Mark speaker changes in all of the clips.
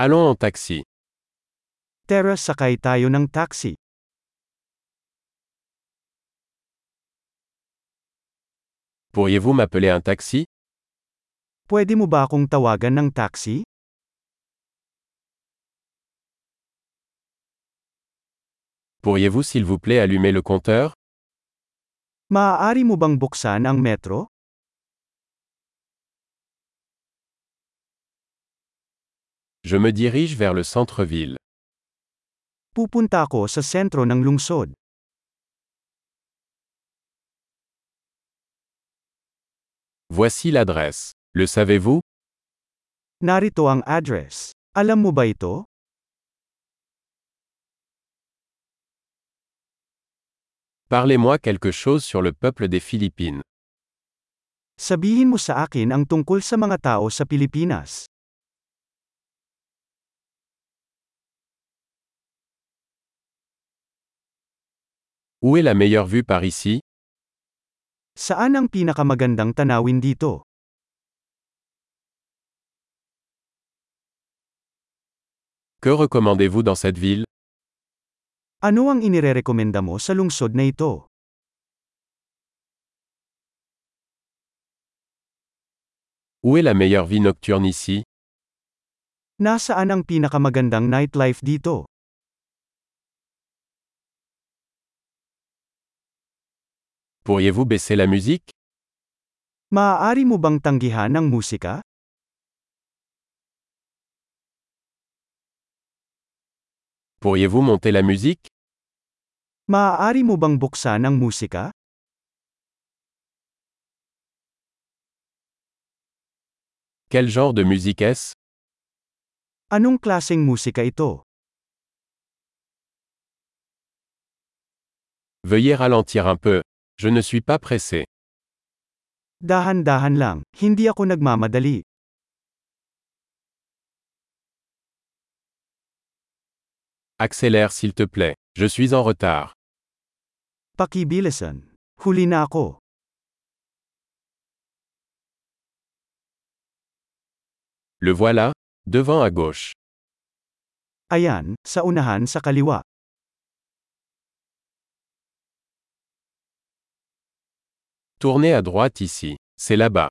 Speaker 1: Allons en taxi.
Speaker 2: Tara sakay tayo ng taxi.
Speaker 1: Pourriez-vous m'appeler un taxi
Speaker 2: Pwede mo ba akong tawagan ng taxi?
Speaker 1: Pourriez-vous s'il vous plaît allumer le compteur
Speaker 2: Maaari mo bang buksan ang metro?
Speaker 1: Je me dirige vers le centre-ville.
Speaker 2: Pupunta ako sa sentro ng lungsod.
Speaker 1: Voici l'adresse. Le savez-vous
Speaker 2: Narito ang address. Alam mo ba ito?
Speaker 1: Parlez-moi quelque chose sur le peuple des Philippines.
Speaker 2: Sabihin mo sa akin ang tungkol sa mga tao sa Pilipinas.
Speaker 1: Où est la meilleure vue par ici
Speaker 2: Saan ang pinakamagandang tanawin dito?
Speaker 1: Que recommandez-vous dans cette ville
Speaker 2: Ano ang inirerekomenda mo sa lungsod na ito?
Speaker 1: Où est la meilleure vie nocturne ici
Speaker 2: Nasaan ang pinakamagandang nightlife dito?
Speaker 1: Pourriez-vous baisser la musique
Speaker 2: Maaari mo bang tanggihan ang musika?
Speaker 1: Pourriez-vous monter la musique
Speaker 2: Maaari mo bang buksan ang musika?
Speaker 1: Quel genre de musique est-ce
Speaker 2: Anong klaseng musika ito?
Speaker 1: Veuillez ralentir un peu. Je ne suis pas pressé.
Speaker 2: Dahan-dahan lang, hindi ako nagmamadali.
Speaker 1: Accélère s'il te plaît. Je suis en retard.
Speaker 2: Pakibilisan. Huli na ako.
Speaker 1: Le voilà, devant à gauche.
Speaker 2: Ayan, sa unahan sa kaliwa.
Speaker 1: Tournez à droite ici. C'est là-bas.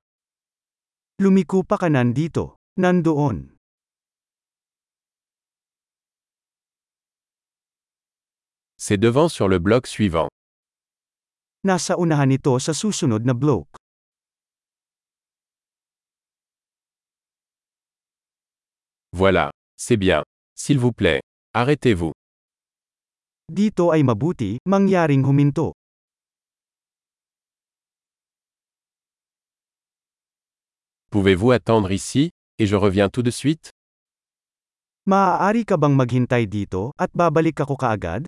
Speaker 2: Lumiko pa kanan dito. Nandoon.
Speaker 1: C'est devant sur le bloc suivant.
Speaker 2: Nasa unahan ito sa susunod na block.
Speaker 1: Voilà. C'est bien. S'il vous plaît, arrêtez-vous.
Speaker 2: Dito ay mabuti, mangyaring huminto.
Speaker 1: Pouvez-vous attendre ici et je reviens tout de suite
Speaker 2: Maaari ka bang maghintay dito at babalik ako kaagad?